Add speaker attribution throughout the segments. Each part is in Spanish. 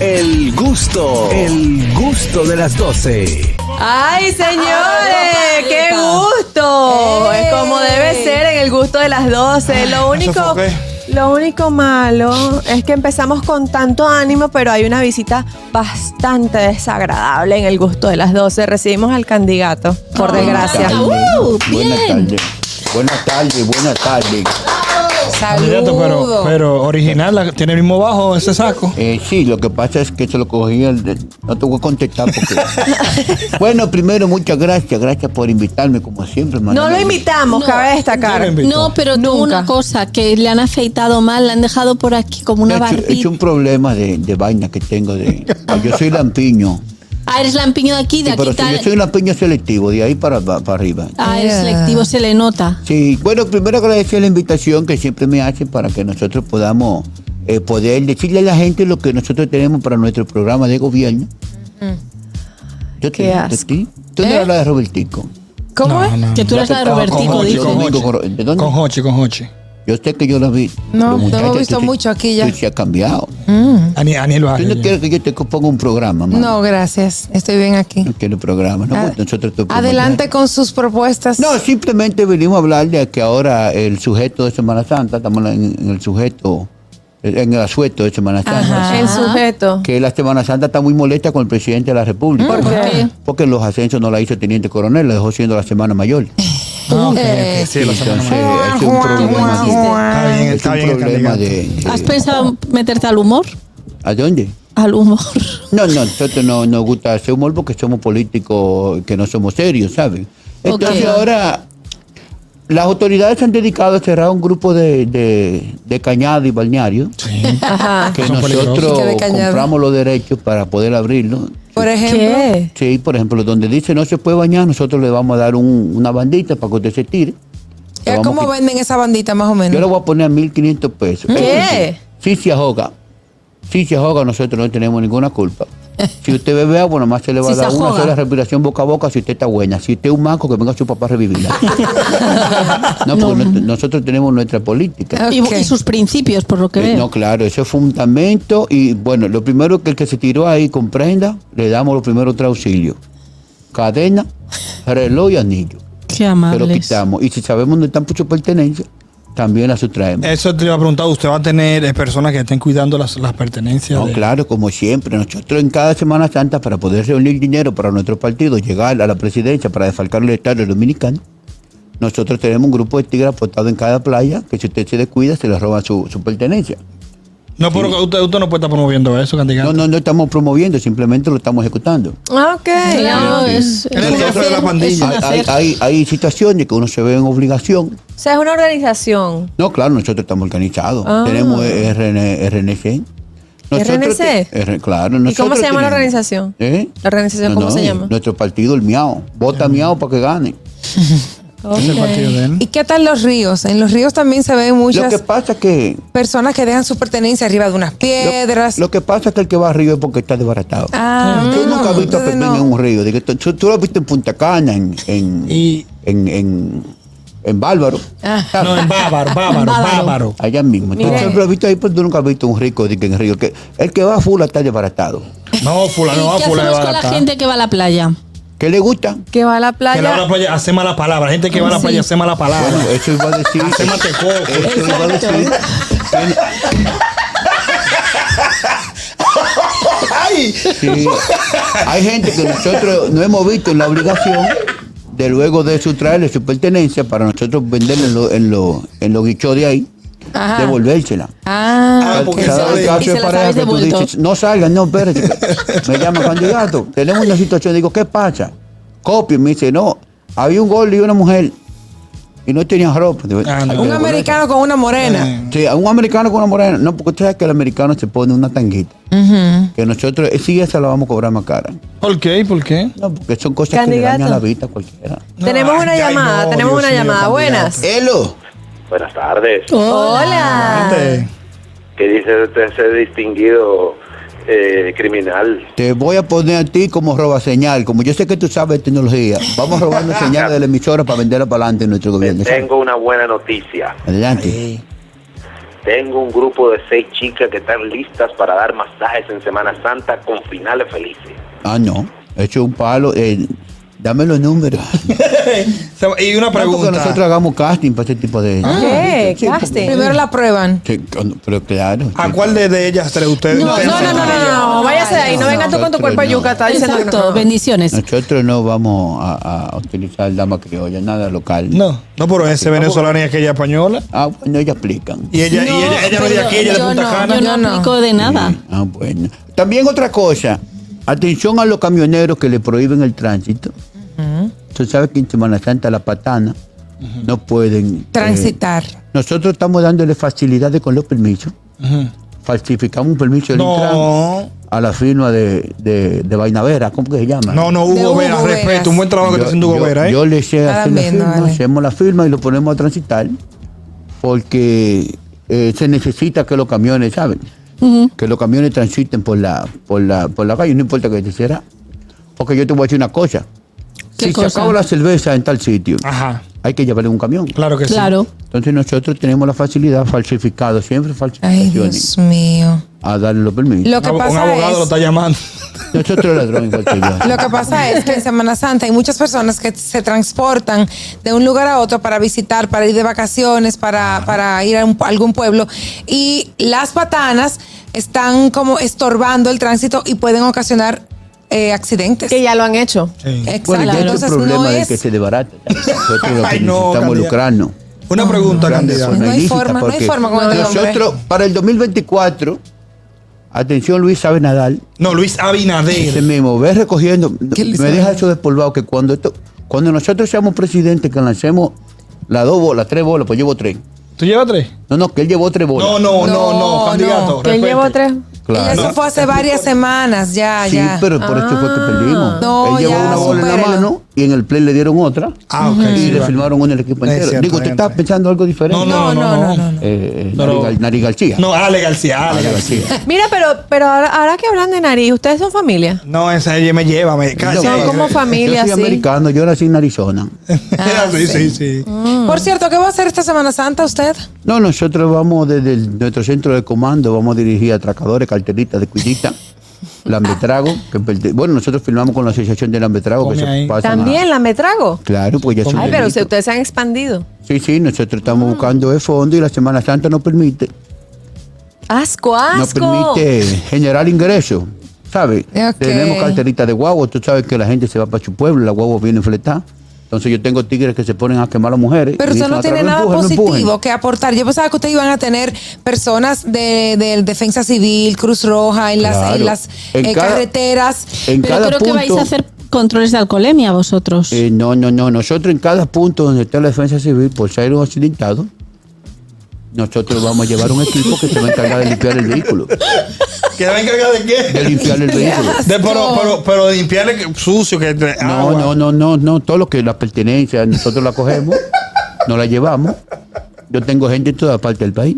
Speaker 1: El gusto, el gusto de las 12.
Speaker 2: ¡Ay, señores! ¡Qué gusto!
Speaker 3: ¡Ey!
Speaker 2: Es como debe ser en el gusto de las 12. Lo único,
Speaker 4: sofoqué.
Speaker 2: lo único malo es que empezamos con tanto ánimo, pero hay una visita bastante desagradable en el gusto de las 12. Recibimos al candidato, por desgracia.
Speaker 3: Uh,
Speaker 5: Buenas
Speaker 3: bien.
Speaker 5: tardes. Buenas tardes, buenas tardes.
Speaker 4: Candidato, pero,
Speaker 3: Saludos.
Speaker 4: pero original, la- tiene el mismo bajo ese saco.
Speaker 5: Eh, sí, lo que pasa es que se lo cogí. el de- No te voy a contestar porque. bueno, primero, muchas gracias. Gracias por invitarme, como siempre,
Speaker 2: No lo
Speaker 5: invité.
Speaker 2: invitamos,
Speaker 3: No.
Speaker 2: cabe destacar.
Speaker 4: Miren, Víctor.
Speaker 3: No, pero tengo
Speaker 2: Nunca.
Speaker 3: una cosa, que le han afeitado mal, le han dejado por aquí como una
Speaker 5: es,
Speaker 3: barbita.
Speaker 5: un problema de, de vaina que tengo. de Yo soy lampiño.
Speaker 3: Ah, eres lampiño de aquí, de
Speaker 5: Sí, pero
Speaker 3: aquí
Speaker 5: si
Speaker 3: tal.
Speaker 5: yo soy lampiño selectivo, de ahí para, para arriba.
Speaker 3: Ah, eres selectivo, se le nota.
Speaker 5: Sí, bueno, primero agradecer la invitación que siempre me hacen para que nosotros podamos eh, poder decirle a la gente lo que nosotros tenemos para nuestro programa de gobierno.
Speaker 6: Mm.
Speaker 5: Yo
Speaker 2: Qué
Speaker 5: te- de
Speaker 2: asco.
Speaker 5: ti. Tú
Speaker 6: ¿Eh?
Speaker 5: no hablas de Robertico.
Speaker 2: ¿Cómo
Speaker 4: No,
Speaker 2: es?
Speaker 4: no.
Speaker 3: Que tú eres la de
Speaker 5: Con- con
Speaker 3: Robertico,
Speaker 5: Jochi,
Speaker 3: dijo.
Speaker 5: con Jochi.
Speaker 4: Domingo,
Speaker 5: ¿De dónde?
Speaker 4: Con Hochi, con Hochi.
Speaker 5: Yo sé que yo lo vi. Los
Speaker 6: No, no
Speaker 5: muchachos,
Speaker 6: hemos visto
Speaker 5: tú sí-
Speaker 6: mucho aquí ya. Ah.
Speaker 5: Tú se ha cambiado.
Speaker 4: Ani- Aniel
Speaker 5: Tú
Speaker 4: Vázquez.
Speaker 5: no quieres que yo te ponga un programa, mano.
Speaker 6: No, gracias. Estoy bien aquí.
Speaker 5: No quiero programa. No,
Speaker 6: Ah,
Speaker 5: Pues nosotros te podemos
Speaker 6: Adelante con sus propuestas.
Speaker 5: No, simplemente venimos a hablar de que ahora el sujeto de Semana Santa, estamos en, en el sujeto, en el asueto de Semana Santa,
Speaker 2: El sujeto.
Speaker 5: que la Semana Santa está muy molesta con el presidente de la República.
Speaker 2: Mm, ¿Por qué?
Speaker 5: Porque los ascensos no la hizo teniente coronel, la dejó siendo la semana mayor.
Speaker 4: Ah, ok, ok,
Speaker 6: Eh,
Speaker 4: sí, lo sabemos.
Speaker 5: Entonces, es un
Speaker 4: Está
Speaker 5: problema,
Speaker 4: bien,
Speaker 5: es un
Speaker 4: está bien,
Speaker 5: problema
Speaker 4: candidato.
Speaker 5: de, de-
Speaker 3: ¿Has pensado meterte al humor?
Speaker 5: ¿A dónde?
Speaker 3: Al humor.
Speaker 5: No, no, nosotros no nos gusta hacer humor porque somos políticos que no somos serios, ¿sabes? Entonces
Speaker 3: Ok.
Speaker 5: ahora, las autoridades se han dedicado a cerrar un grupo de, de, de cañada y balneario,
Speaker 4: Sí. Ah,
Speaker 2: Ajá.
Speaker 5: que
Speaker 4: Son
Speaker 5: nosotros
Speaker 4: peligrosos.
Speaker 6: ¿Qué de cañada?
Speaker 5: compramos los derechos para poder abrirlo.
Speaker 6: Por ejemplo,
Speaker 2: ¿Qué?
Speaker 5: Sí, por ejemplo, donde dice no se puede bañar, nosotros le vamos a dar un- una bandita para que usted se tire. Le
Speaker 6: ¿ya
Speaker 5: vamos a
Speaker 6: ¿cómo
Speaker 5: quitar-
Speaker 6: venden esa bandita más o
Speaker 5: yo le
Speaker 6: menos?
Speaker 5: voy a poner 1.500 pesos.
Speaker 2: ¿Qué?
Speaker 5: Si se ahoga, si se ahoga, nosotros no tenemos ninguna culpa. Si usted bebe agua, nomás se le va
Speaker 3: Si
Speaker 5: a
Speaker 3: se
Speaker 5: dar una
Speaker 3: ahoga.
Speaker 5: sola respiración boca a boca si usted está buena. Si usted es un manco, que venga su papá a revivirla. no, porque no- nosotros tenemos nuestra política.
Speaker 3: Y,
Speaker 6: Ok.
Speaker 3: y sus principios, por lo que
Speaker 5: Eh,
Speaker 3: veo.
Speaker 5: No, claro, eso es fundamento. Y bueno, lo primero que el que se tiró ahí comprenda, le damos los primeros tres auxilios: cadena, reloj y anillo.
Speaker 3: Qué
Speaker 5: Se lo
Speaker 3: amables.
Speaker 5: quitamos. Y si sabemos dónde están sus pertenencias, también las sustraemos.
Speaker 4: Eso te iba a preguntar, ¿usted va a tener eh, personas que estén cuidando las, las pertenencias?
Speaker 5: No,
Speaker 4: de-
Speaker 5: claro, como siempre, nosotros en cada Semana Santa, para poder reunir dinero para nuestro partido, llegar a la presidencia para defalcar el Estado Dominicano, nosotros tenemos un grupo de tigres apostados en cada playa, que si usted se descuida, se les roba su, su pertenencia.
Speaker 4: No, pero usted, usted no puede estar promoviendo eso, candidato.
Speaker 5: No, no, no estamos promoviendo, simplemente lo estamos ejecutando.
Speaker 2: Ah, ok.
Speaker 3: Claro, es,
Speaker 4: Eres
Speaker 3: es un
Speaker 4: el jefe de la
Speaker 3: hacer,
Speaker 4: pandilla.
Speaker 3: es un
Speaker 5: Hay, hay-
Speaker 3: hacer.
Speaker 5: hay- hay situaciones que uno se ve en obligación.
Speaker 2: O sea, es una organización.
Speaker 5: No, claro, nosotros estamos organizados.
Speaker 2: Ah.
Speaker 5: Tenemos RN, RNC.
Speaker 2: RNC?
Speaker 5: te- R- claro,
Speaker 2: ¿Y cómo
Speaker 5: nosotros
Speaker 2: se llama la
Speaker 5: tenemos-
Speaker 2: organización?
Speaker 5: ¿Eh?
Speaker 2: ¿La organización cómo se llama?
Speaker 5: Nuestro partido, el Miao. Vota Miao para que gane.
Speaker 4: Es el partido de él.
Speaker 6: ¿Y qué tal los ríos? En los ríos también se ven
Speaker 2: Pues
Speaker 5: Lo que
Speaker 6: muchas
Speaker 5: pasa es que.
Speaker 6: personas que dejan su pertenencia arriba de unas
Speaker 5: lo-
Speaker 6: piedras.
Speaker 5: Lo, que pasa es que el que va a río es porque está desbaratado.
Speaker 6: Ah,
Speaker 5: Tú
Speaker 6: no,
Speaker 5: nunca has visto a
Speaker 6: entonces
Speaker 5: Pepín
Speaker 6: no.
Speaker 5: en un río. Digo, Tú, tú lo has visto en Punta Cana, en, en,
Speaker 4: Y-
Speaker 5: en, en, en Bárbaro.
Speaker 2: Ah.
Speaker 4: No, en bávaro, bávaro, bávaro.
Speaker 5: Allá mismo. Tú
Speaker 2: Mire.
Speaker 5: siempre lo has visto ahí, pero tú nunca has visto un rico de que en río. Que el que va a Fula está desbaratado.
Speaker 4: No, fulano,
Speaker 3: ¿Y
Speaker 4: no,
Speaker 3: qué
Speaker 4: fulano.
Speaker 3: hacemos con la
Speaker 4: barata.
Speaker 3: gente que va a la playa?
Speaker 5: ¿Qué le gusta?
Speaker 2: Que va a la
Speaker 4: Que la va a la
Speaker 2: playa.
Speaker 4: playa hace mala palabra. Gente que va a la playa hace mala palabra.
Speaker 5: Bueno, eh, eso iba a decir.
Speaker 4: Hace matecoco.
Speaker 5: Eso iba a decir. Sí. Hay gente que nosotros no hemos visto en la obligación de luego de sustraerle su pertenencia para nosotros venderle en los en lo, en los guichos de ahí,
Speaker 6: Ajá.
Speaker 5: devolvérsela.
Speaker 6: Ah,
Speaker 4: Ah, porque
Speaker 5: Cada
Speaker 4: sabe-
Speaker 5: vez
Speaker 3: y
Speaker 5: que hace
Speaker 3: se la
Speaker 5: pareja
Speaker 3: sabes
Speaker 5: que tú
Speaker 3: devuelto.
Speaker 5: dices, no salgan, no, espérate. que Me llama candidato. Tenemos una situación, digo, ¿qué pasa? Copio, y me dice, no, había un gol y una mujer y no tenían ropa. Digo,
Speaker 4: Ah, no.
Speaker 5: "Hay que
Speaker 6: un
Speaker 5: devolver".
Speaker 6: americano con una
Speaker 5: eh,
Speaker 6: morena.
Speaker 5: Sí, a un americano con una morena. No, porque usted sabe que el americano se pone una tanguita. Que nosotros, eh, sí, esa la vamos a cobrar más cara.
Speaker 4: ¿Por qué? ¿Por qué?
Speaker 5: No, porque son cosas que le
Speaker 2: Candidato.
Speaker 5: dañan la vida a cualquiera.
Speaker 2: Tenemos una
Speaker 4: Ay, ay,
Speaker 2: llamada,
Speaker 4: no,
Speaker 2: tenemos
Speaker 4: Dios
Speaker 2: una
Speaker 4: mío,
Speaker 2: llamada.
Speaker 4: candidato.
Speaker 2: Buenas.
Speaker 5: ¡Elo!
Speaker 7: Buenas tardes.
Speaker 2: Hola.
Speaker 4: Gente,
Speaker 7: ¿Qué dice de ese distinguido eh, criminal?
Speaker 5: Te voy a poner a ti como roba señal. Como yo sé que tú sabes de tecnología, vamos a robar una señal de la emisora para venderla para adelante en nuestro
Speaker 7: Te
Speaker 5: gobierno. ¿sabes?
Speaker 7: tengo una buena noticia.
Speaker 5: Adelante.
Speaker 7: Tengo un grupo de seis chicas que están listas para dar masajes en Semana Santa con finales felices.
Speaker 5: Ah, no. Hecho un palo. eh, dame los números.
Speaker 4: y una
Speaker 5: No, porque
Speaker 4: pregunta.
Speaker 5: nosotros hagamos casting para ese tipo de.
Speaker 2: ¿Qué?
Speaker 5: Sí, porque-
Speaker 2: Ah, Casting.
Speaker 6: Primero la prueban.
Speaker 5: Sí, con- pero claro.
Speaker 4: ¿A
Speaker 5: sí.
Speaker 4: cuál de, de ellas tres ustedes?
Speaker 3: No,
Speaker 4: ustedes
Speaker 2: No, no, no, no, no, no, váyase de ahí, no venga tú con tu cuerpo de yuca, está diciendo que
Speaker 3: Exacto,
Speaker 2: no.
Speaker 3: bendiciones.
Speaker 5: Nosotros no vamos a, a utilizar dama criolla, nada local.
Speaker 4: No, no, pero ese venezolano y aquella española.
Speaker 5: Ah, bueno, ellas explican.
Speaker 4: Y ella, y ella, ella no es de
Speaker 3: pero
Speaker 4: aquí, ella es de
Speaker 3: yo
Speaker 4: Punta
Speaker 3: no,
Speaker 4: Cana.
Speaker 3: Yo no
Speaker 6: No, no.
Speaker 3: aplico de nada.
Speaker 5: Ah, bueno. También otra cosa. Atención a los camioneros que le prohíben el tránsito. Tú sabes que en Semana Santa la patana no pueden... eh,
Speaker 6: Transitar.
Speaker 5: nosotros estamos dándole facilidades con los permisos. Falsificamos un permiso del
Speaker 4: No.
Speaker 5: Intran a la firma de, de, de Vainavera, ¿cómo que se llama?
Speaker 4: No, no,
Speaker 6: De
Speaker 4: Hugo
Speaker 6: Hugo
Speaker 4: Vera,
Speaker 6: Veras.
Speaker 4: respeto, un buen trabajo que está haciendo Hugo Vera, ¿eh?
Speaker 5: yo le sé
Speaker 6: Está
Speaker 5: hacer la
Speaker 6: viendo,
Speaker 5: firma,
Speaker 6: vale.
Speaker 5: hacemos la firma y lo ponemos a transitar porque eh, se necesita que los camiones, ¿saben? Que los camiones transiten por la, por la, por la calle, no importa que te será. Porque yo te voy a decir una cosa.
Speaker 3: ¿Qué
Speaker 5: Si se
Speaker 3: cosa?
Speaker 5: acaba la cerveza en tal sitio,
Speaker 4: Ajá,
Speaker 5: hay que llevarle un camión.
Speaker 4: claro que sí.
Speaker 3: Claro.
Speaker 5: Entonces nosotros tenemos la facilidad falsificado, siempre
Speaker 6: Ay,
Speaker 5: falsificaciones,
Speaker 6: Dios mío.
Speaker 5: a darle los permisos.
Speaker 6: Lo que
Speaker 4: Un abo- un
Speaker 6: pasa
Speaker 4: abogado
Speaker 6: es...
Speaker 4: lo está llamando.
Speaker 5: Nosotros ladrones falsificados.
Speaker 6: Lo que pasa es que en Semana Santa hay muchas personas que se transportan de un lugar a otro para visitar, para ir de vacaciones, para, para ir a, un- a algún pueblo. Y las patanas están como estorbando el tránsito y pueden ocasionar eh, accidentes.
Speaker 2: Que ya lo han hecho.
Speaker 4: Sí.
Speaker 6: Exacto.
Speaker 5: Bueno, ya este
Speaker 6: Entonces
Speaker 5: problema
Speaker 6: no
Speaker 5: de
Speaker 6: es...
Speaker 5: que se desbarata. Nosotros lo que
Speaker 4: Ay, no,
Speaker 5: necesitamos
Speaker 4: Candida.
Speaker 5: es lucrarnos.
Speaker 4: Una pregunta, Candida.
Speaker 6: Pues no hay
Speaker 5: ilícita,
Speaker 6: forma, no hay
Speaker 5: porque
Speaker 6: forma con el hombre.
Speaker 5: Nosotros, para el 2024, atención Luis Sabe Nadal,
Speaker 4: No, Luis
Speaker 5: ese
Speaker 4: Abinader.
Speaker 5: mismo, ve recogiendo,
Speaker 6: ¿Qué Luis
Speaker 5: me deja
Speaker 6: Abinader?
Speaker 5: eso despolvado, que cuando esto, cuando nosotros seamos presidentes, que lancemos las dos bolas, tres bolas, pues llevo tres.
Speaker 4: ¿Tú llevas tres?
Speaker 5: No, no, que él llevó tres bolas.
Speaker 4: No, no, no, no,
Speaker 6: No,
Speaker 4: candidato.
Speaker 2: Que él
Speaker 4: respete.
Speaker 2: llevó tres.
Speaker 5: Claro.
Speaker 6: Eso fue hace varias semanas, ya,
Speaker 5: Sí,
Speaker 6: Ah, ya. Ah.
Speaker 5: pero por eso fue que perdimos.
Speaker 6: No,
Speaker 5: él llevó
Speaker 6: ya,
Speaker 5: una bola en la
Speaker 6: supérelo.
Speaker 5: mano y en el play le dieron otra.
Speaker 4: Ah, ok.
Speaker 5: Y
Speaker 4: sí,
Speaker 5: le
Speaker 4: vale.
Speaker 5: firmaron una al equipo
Speaker 4: Es
Speaker 5: entero.
Speaker 4: cierto,
Speaker 5: Digo, ¿usted
Speaker 4: entra.
Speaker 5: está pensando algo diferente?
Speaker 4: No,
Speaker 6: No, no, no, no. no.
Speaker 5: Eh, eh,
Speaker 4: Pero-
Speaker 5: Nari Gal- Nari García.
Speaker 4: No, Ale García, Ale
Speaker 5: Nari
Speaker 4: García.
Speaker 5: García.
Speaker 2: Mira, pero, pero ahora, ahora que hablan de nariz, ustedes son familia.
Speaker 4: No, esa ella me lleva, me casi.
Speaker 2: Son
Speaker 4: ahí.
Speaker 2: como fam- familia,
Speaker 5: Yo soy
Speaker 2: sí.
Speaker 5: americano, yo nací en Arizona.
Speaker 4: Eh.
Speaker 6: Ah,
Speaker 4: sí, sí, sí.
Speaker 6: Por cierto, ¿qué va a hacer esta Semana Santa usted?
Speaker 5: No, nosotros vamos desde el- nuestro centro de comando, vamos a dirigir atracadores, carteristas, descuidistas, Lambetrago. Que, perde- bueno, nosotros firmamos con la asociación de Lambetrago. Que
Speaker 4: Come
Speaker 5: se
Speaker 4: ahí.
Speaker 5: pasan a-
Speaker 2: También la me trago.
Speaker 5: claro, pues ya es un
Speaker 2: Ay, pero Ah.
Speaker 5: delito.
Speaker 2: si ustedes se han expandido.
Speaker 5: Sí, sí, nosotros estamos buscando el fondo y la Semana Santa nos permite.
Speaker 2: Asco, ah. asco. Eh,
Speaker 5: Nos permite generar ingresos, ¿sabes?
Speaker 6: Ok.
Speaker 5: Tenemos carteritas de guagua, tú sabes que la gente se va para su pueblo, la guagua viene fletada. Entonces yo tengo tigres que se ponen a quemar a las mujeres.
Speaker 6: Pero
Speaker 5: y
Speaker 6: usted
Speaker 5: dicen,
Speaker 6: no tiene
Speaker 5: "Atrás,
Speaker 6: nada
Speaker 5: empujen, no
Speaker 6: positivo
Speaker 5: empujen".
Speaker 6: que aportar. Yo pensaba que ustedes iban a tener personas de, de Defensa Civil, Cruz Roja, en las,
Speaker 5: Claro.
Speaker 6: en las
Speaker 5: En
Speaker 6: eh,
Speaker 5: cada-
Speaker 6: carreteras.
Speaker 5: En
Speaker 3: Pero
Speaker 5: cada
Speaker 3: creo que vais
Speaker 5: punto-
Speaker 3: a hacer controles de alcoholemia vosotros.
Speaker 5: Eh, no, no, no. Nosotros en cada punto donde está la defensa civil, por ser un accidentado, nosotros vamos a llevar un equipo que se va a encargar de limpiar el vehículo.
Speaker 4: ¿Que va a encargar de
Speaker 5: De
Speaker 4: qué?
Speaker 5: limpiar el vehículo.
Speaker 4: De, pero, pero, pero de limpiarle que- sucio, que de
Speaker 5: No,
Speaker 4: agua.
Speaker 5: no, no, no, no. Todo lo que la pertenencia, nosotros la cogemos, nos la llevamos. Yo tengo gente en toda parte del país.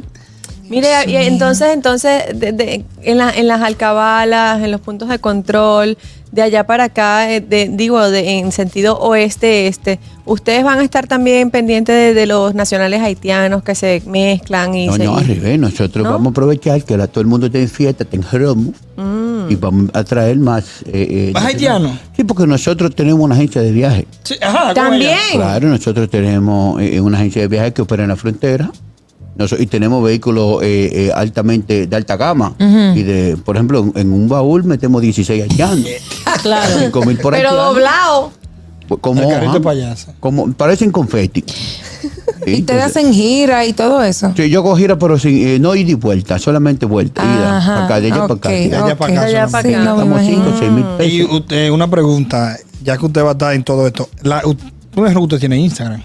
Speaker 2: Mire, y entonces, entonces, de- de- en, la- en las alcabalas, en los puntos de control, de allá para acá, eh, de- digo, de- en sentido oeste-este, ustedes van a estar también pendientes de, de los nacionales haitianos que se mezclan y
Speaker 5: No,
Speaker 2: se...
Speaker 5: no, al revés. Nosotros
Speaker 2: ¿No?
Speaker 5: vamos a aprovechar que ahora todo el mundo está en fiesta, está en romo, y vamos a traer más. eh, eh,
Speaker 4: Mm. ¿Más haitianos?
Speaker 5: Sí, porque nosotros tenemos una agencia de viaje.
Speaker 4: Sí, ajá, ¿cómo
Speaker 2: También.
Speaker 4: ella?
Speaker 5: Claro, nosotros tenemos eh, una agencia de viajes que opera en la frontera Noso- y tenemos vehículos eh, eh, altamente de alta gama. Y de, por ejemplo, en un baúl metemos 16 haitianos.
Speaker 3: claro.
Speaker 5: 5.000 por
Speaker 2: Pero
Speaker 5: haitiano.
Speaker 2: doblado.
Speaker 5: Como,
Speaker 4: El carrito
Speaker 5: ajá,
Speaker 4: payaso.
Speaker 5: como parecen confeti. Sí,
Speaker 6: y ustedes
Speaker 5: entonces-
Speaker 6: hacen gira y todo eso.
Speaker 5: pues, Sí, yo cojo gira, pero sin, eh, no ida y vuelta, solamente vuelta. ida,
Speaker 6: Ajá,
Speaker 5: para acá, de allá para acá.
Speaker 6: ok,
Speaker 5: De allá
Speaker 4: allá para
Speaker 6: ok.
Speaker 4: acá, De allá
Speaker 2: para
Speaker 6: Sí,
Speaker 2: acá.
Speaker 6: no, me
Speaker 5: Estamos
Speaker 6: imagino.
Speaker 5: 5 o 6 mil
Speaker 4: Y
Speaker 5: pesos.
Speaker 4: usted, una pregunta, ya que usted va a estar en todo esto. La, u- por ejemplo, usted tiene Instagram.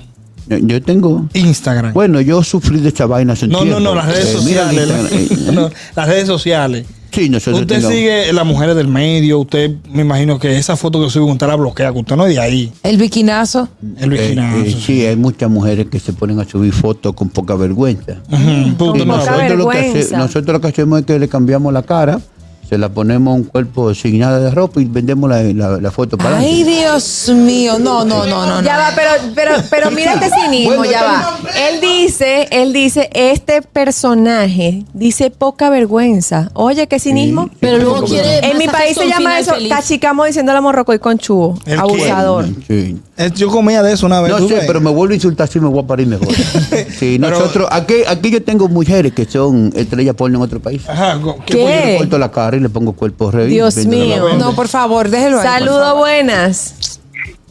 Speaker 5: Yo- Yo tengo.
Speaker 4: Instagram.
Speaker 5: Bueno, yo sufrí de esta vaina hace un
Speaker 4: no, no, no,
Speaker 5: tiempo.
Speaker 4: las redes
Speaker 5: Eh, mira,
Speaker 4: sociales.
Speaker 5: Instagram,
Speaker 4: la- no,
Speaker 5: eh,
Speaker 4: las redes sociales.
Speaker 5: Sí, nosotros
Speaker 4: Usted
Speaker 5: tengamos-
Speaker 4: sigue las mujeres del medio, usted me imagino que esa foto que sube usted la bloquea, que usted no es de ahí.
Speaker 6: El biquinazo.
Speaker 4: El
Speaker 5: Eh,
Speaker 4: virginazo.
Speaker 5: eh, sí, hay muchas mujeres que se ponen a subir fotos con poca vergüenza.
Speaker 4: Ujú, pues usted
Speaker 5: Y
Speaker 4: no la
Speaker 2: poca
Speaker 4: ve.
Speaker 5: nosotros, lo que hace-
Speaker 2: vergüenza.
Speaker 5: nosotros lo que hacemos es que le cambiamos la cara, se la ponemos a un cuerpo sin nada de ropa y vendemos la, la- la foto para
Speaker 6: Ay,
Speaker 5: adelante.
Speaker 6: Dios mío. No, no, no, no.
Speaker 2: Ya
Speaker 6: no.
Speaker 2: va, pero, pero, pero mira este cinismo,
Speaker 5: Bueno,
Speaker 2: ya
Speaker 5: yo
Speaker 2: va. Él dice, él dice, este personaje dice poca vergüenza. Oye, qué cinismo.
Speaker 5: Sí,
Speaker 3: Pero luego
Speaker 5: poca
Speaker 3: quiere-
Speaker 5: vergüenza.
Speaker 2: En mi
Speaker 3: Además,
Speaker 2: país
Speaker 3: hace
Speaker 2: se
Speaker 3: un
Speaker 2: llama
Speaker 3: final
Speaker 2: eso
Speaker 3: feliz.
Speaker 2: tachicamo diciendo la morrocoy con chubo.
Speaker 4: ¿El qué?
Speaker 2: Abusador.
Speaker 5: Sí.
Speaker 4: Es- Eh, Yo comía de eso una vez.
Speaker 5: No
Speaker 4: ¿tú
Speaker 5: sé,
Speaker 4: ves?
Speaker 5: pero me vuelvo a insultar si me voy a parir mejor. Sí,
Speaker 4: Pero-
Speaker 5: nosotros, aquí, aquí yo tengo mujeres que son estrellas porno en otro país.
Speaker 4: Ajá, go-
Speaker 2: ¿Qué?
Speaker 5: Pues yo le corto la cara y le pongo cuerpo rey.
Speaker 2: Dios
Speaker 5: vendo la
Speaker 2: mío.
Speaker 5: vaina.
Speaker 6: No, por favor, déjelo ahí.
Speaker 2: Saludo, buenas.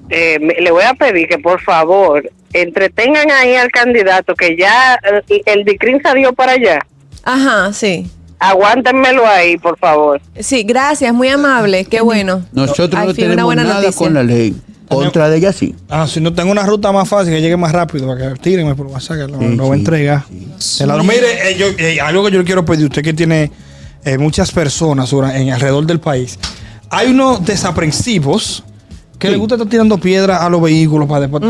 Speaker 8: Eh, me- le voy a pedir que por favor entretengan ahí al candidato que ya eh, el DICRIN salió para allá.
Speaker 2: Ajá, sí.
Speaker 8: Aguántenmelo ahí, por favor.
Speaker 2: Sí, gracias, muy amable, qué bueno.
Speaker 5: Nosotros
Speaker 2: Al
Speaker 5: no
Speaker 2: fin, una
Speaker 5: tenemos
Speaker 2: buena
Speaker 5: nada
Speaker 2: noticia.
Speaker 5: con la ley. Contra de ella sí.
Speaker 4: Ah, si no tengo una ruta más fácil, que llegue más rápido, para que tírenme por WhatsApp, que lo,
Speaker 5: Sí,
Speaker 4: lo voy a
Speaker 5: sí,
Speaker 4: entregar. Se la- Mire, eh, yo, eh, algo que yo le quiero pedir, usted que tiene eh, muchas personas sobre- en alrededor del país, hay unos desaprensivos que
Speaker 5: Sí.
Speaker 4: les gusta estar tirando piedras a los vehículos para después...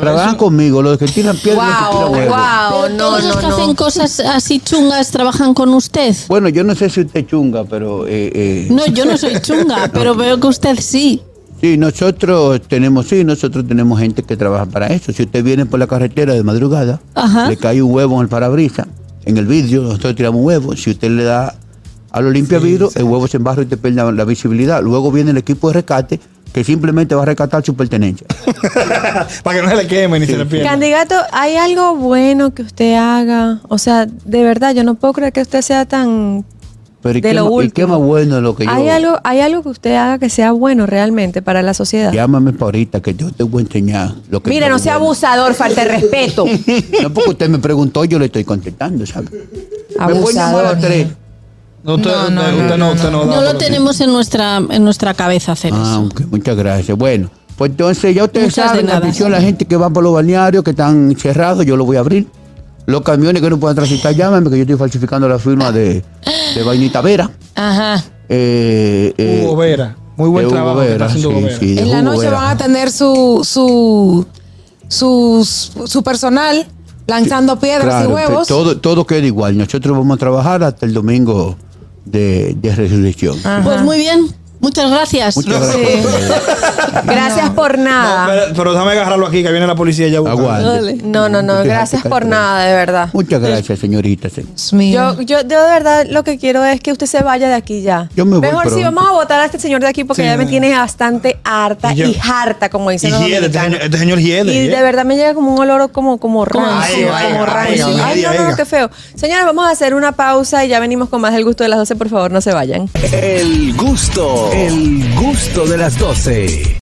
Speaker 5: Trabajan conmigo, los que tiran piedras y los
Speaker 2: Wow,
Speaker 5: que tiran huevos.
Speaker 2: wow,
Speaker 3: Pero
Speaker 2: no,
Speaker 3: todos los
Speaker 2: no,
Speaker 3: que
Speaker 2: no.
Speaker 3: hacen cosas así chungas trabajan con usted.
Speaker 5: Bueno, yo no sé si usted chunga, pero eh, eh,
Speaker 3: No, yo no soy chunga, pero veo que usted sí.
Speaker 5: sí, nosotros tenemos, sí, nosotros tenemos gente que trabaja para eso. Si usted viene por la carretera de madrugada,
Speaker 3: Ajá.
Speaker 5: le cae un huevo en el parabrisas, en el vidrio, nosotros tiramos un huevo. Si usted le da a los limpiavidrios, el huevo se embarra y te pierde la visibilidad. Luego viene el equipo de rescate que simplemente va a rescatar su pertenencia.
Speaker 4: para que no se le quemen ni se le pierda.
Speaker 2: Candidato, ¿hay algo bueno que usted haga? O sea, de verdad, yo no puedo creer que usted sea tan...
Speaker 5: Pero ¿y
Speaker 2: De
Speaker 5: qué
Speaker 2: lo
Speaker 5: ma- ¿y qué
Speaker 2: último.
Speaker 5: más bueno lo que yo
Speaker 2: ¿Hay algo, ¿Hay algo que usted haga que sea bueno realmente para la sociedad?
Speaker 5: Llámame para ahorita que yo te voy a enseñar lo que
Speaker 2: Mire,
Speaker 5: yo
Speaker 2: no
Speaker 5: hago
Speaker 2: sea
Speaker 5: bueno.
Speaker 2: abusador, falta de respeto.
Speaker 5: No, porque usted me preguntó, yo le estoy contestando, ¿sabe? Me voy a llamar a
Speaker 2: Abusador.
Speaker 5: tres.
Speaker 4: No, usted
Speaker 6: No,
Speaker 4: usted-
Speaker 6: no, no,
Speaker 4: usted no, usted no da
Speaker 3: No lo
Speaker 4: por aquí.
Speaker 3: tenemos en nuestra, en nuestra cabeza hacer
Speaker 5: Ah,
Speaker 3: eso.
Speaker 5: ok, muchas gracias. Bueno, pues entonces ya ustedes
Speaker 3: Muchas de
Speaker 5: saben,
Speaker 3: nada.
Speaker 5: atención la gente que va por los balnearios que están cerrados, yo lo voy a abrir. Los camiones que no puedan transitar, llámame, que yo estoy falsificando la firma de, de Vainita Vera.
Speaker 6: Ajá.
Speaker 5: Eh, eh,
Speaker 4: Hugo Vera, muy
Speaker 5: de
Speaker 4: buen
Speaker 5: Hugo
Speaker 4: trabajo que está
Speaker 5: Vera,
Speaker 4: haciendo
Speaker 5: sí,
Speaker 4: Hugo Vera.
Speaker 5: sí, de
Speaker 6: En la
Speaker 5: Hugo
Speaker 6: noche
Speaker 5: Vera.
Speaker 6: van a tener su, su, su, su personal lanzando piedras
Speaker 5: Claro,
Speaker 6: y
Speaker 5: que
Speaker 6: huevos.
Speaker 5: Todo, todo queda igual. Nosotros vamos a trabajar hasta el domingo de, de resurrección.
Speaker 6: Ah,
Speaker 3: Pues muy bien, muchas gracias.
Speaker 5: Muchas gracias.
Speaker 2: Gracias por
Speaker 4: No,
Speaker 2: nada.
Speaker 4: pero, pero déjame agarrarlo aquí, que viene la policía ya. buscando.
Speaker 5: Aguante.
Speaker 2: No, no, no,
Speaker 5: Déjate
Speaker 2: gracias por
Speaker 5: calcular.
Speaker 2: nada, de verdad.
Speaker 5: Muchas gracias, señorita. sí.
Speaker 6: Dios
Speaker 3: Eh,
Speaker 6: mío.
Speaker 2: Yo, yo, yo de verdad lo que quiero es que usted se vaya de aquí ya.
Speaker 5: Yo me voy
Speaker 2: Mejor si
Speaker 5: pronto.
Speaker 2: vamos a votar a este señor de aquí porque
Speaker 4: Sí,
Speaker 2: ya me
Speaker 4: no.
Speaker 2: tiene bastante harta
Speaker 4: Y
Speaker 2: y,
Speaker 4: yo-
Speaker 2: harta, como dicen
Speaker 4: Y
Speaker 2: los
Speaker 4: hiede, este
Speaker 2: dominicanos.
Speaker 4: señor- este señor hiede,
Speaker 2: Y
Speaker 4: hiede.
Speaker 2: de verdad me llega como un olor como, como rancio,
Speaker 4: Ay,
Speaker 2: como
Speaker 4: ay, ay,
Speaker 2: rancio.
Speaker 4: ay,
Speaker 2: Ay, no, no,
Speaker 4: venga.
Speaker 2: qué feo. Señores, vamos a hacer una pausa y ya venimos con más del gusto de las 12, por favor, no se vayan.
Speaker 1: El gusto, el gusto de las 12.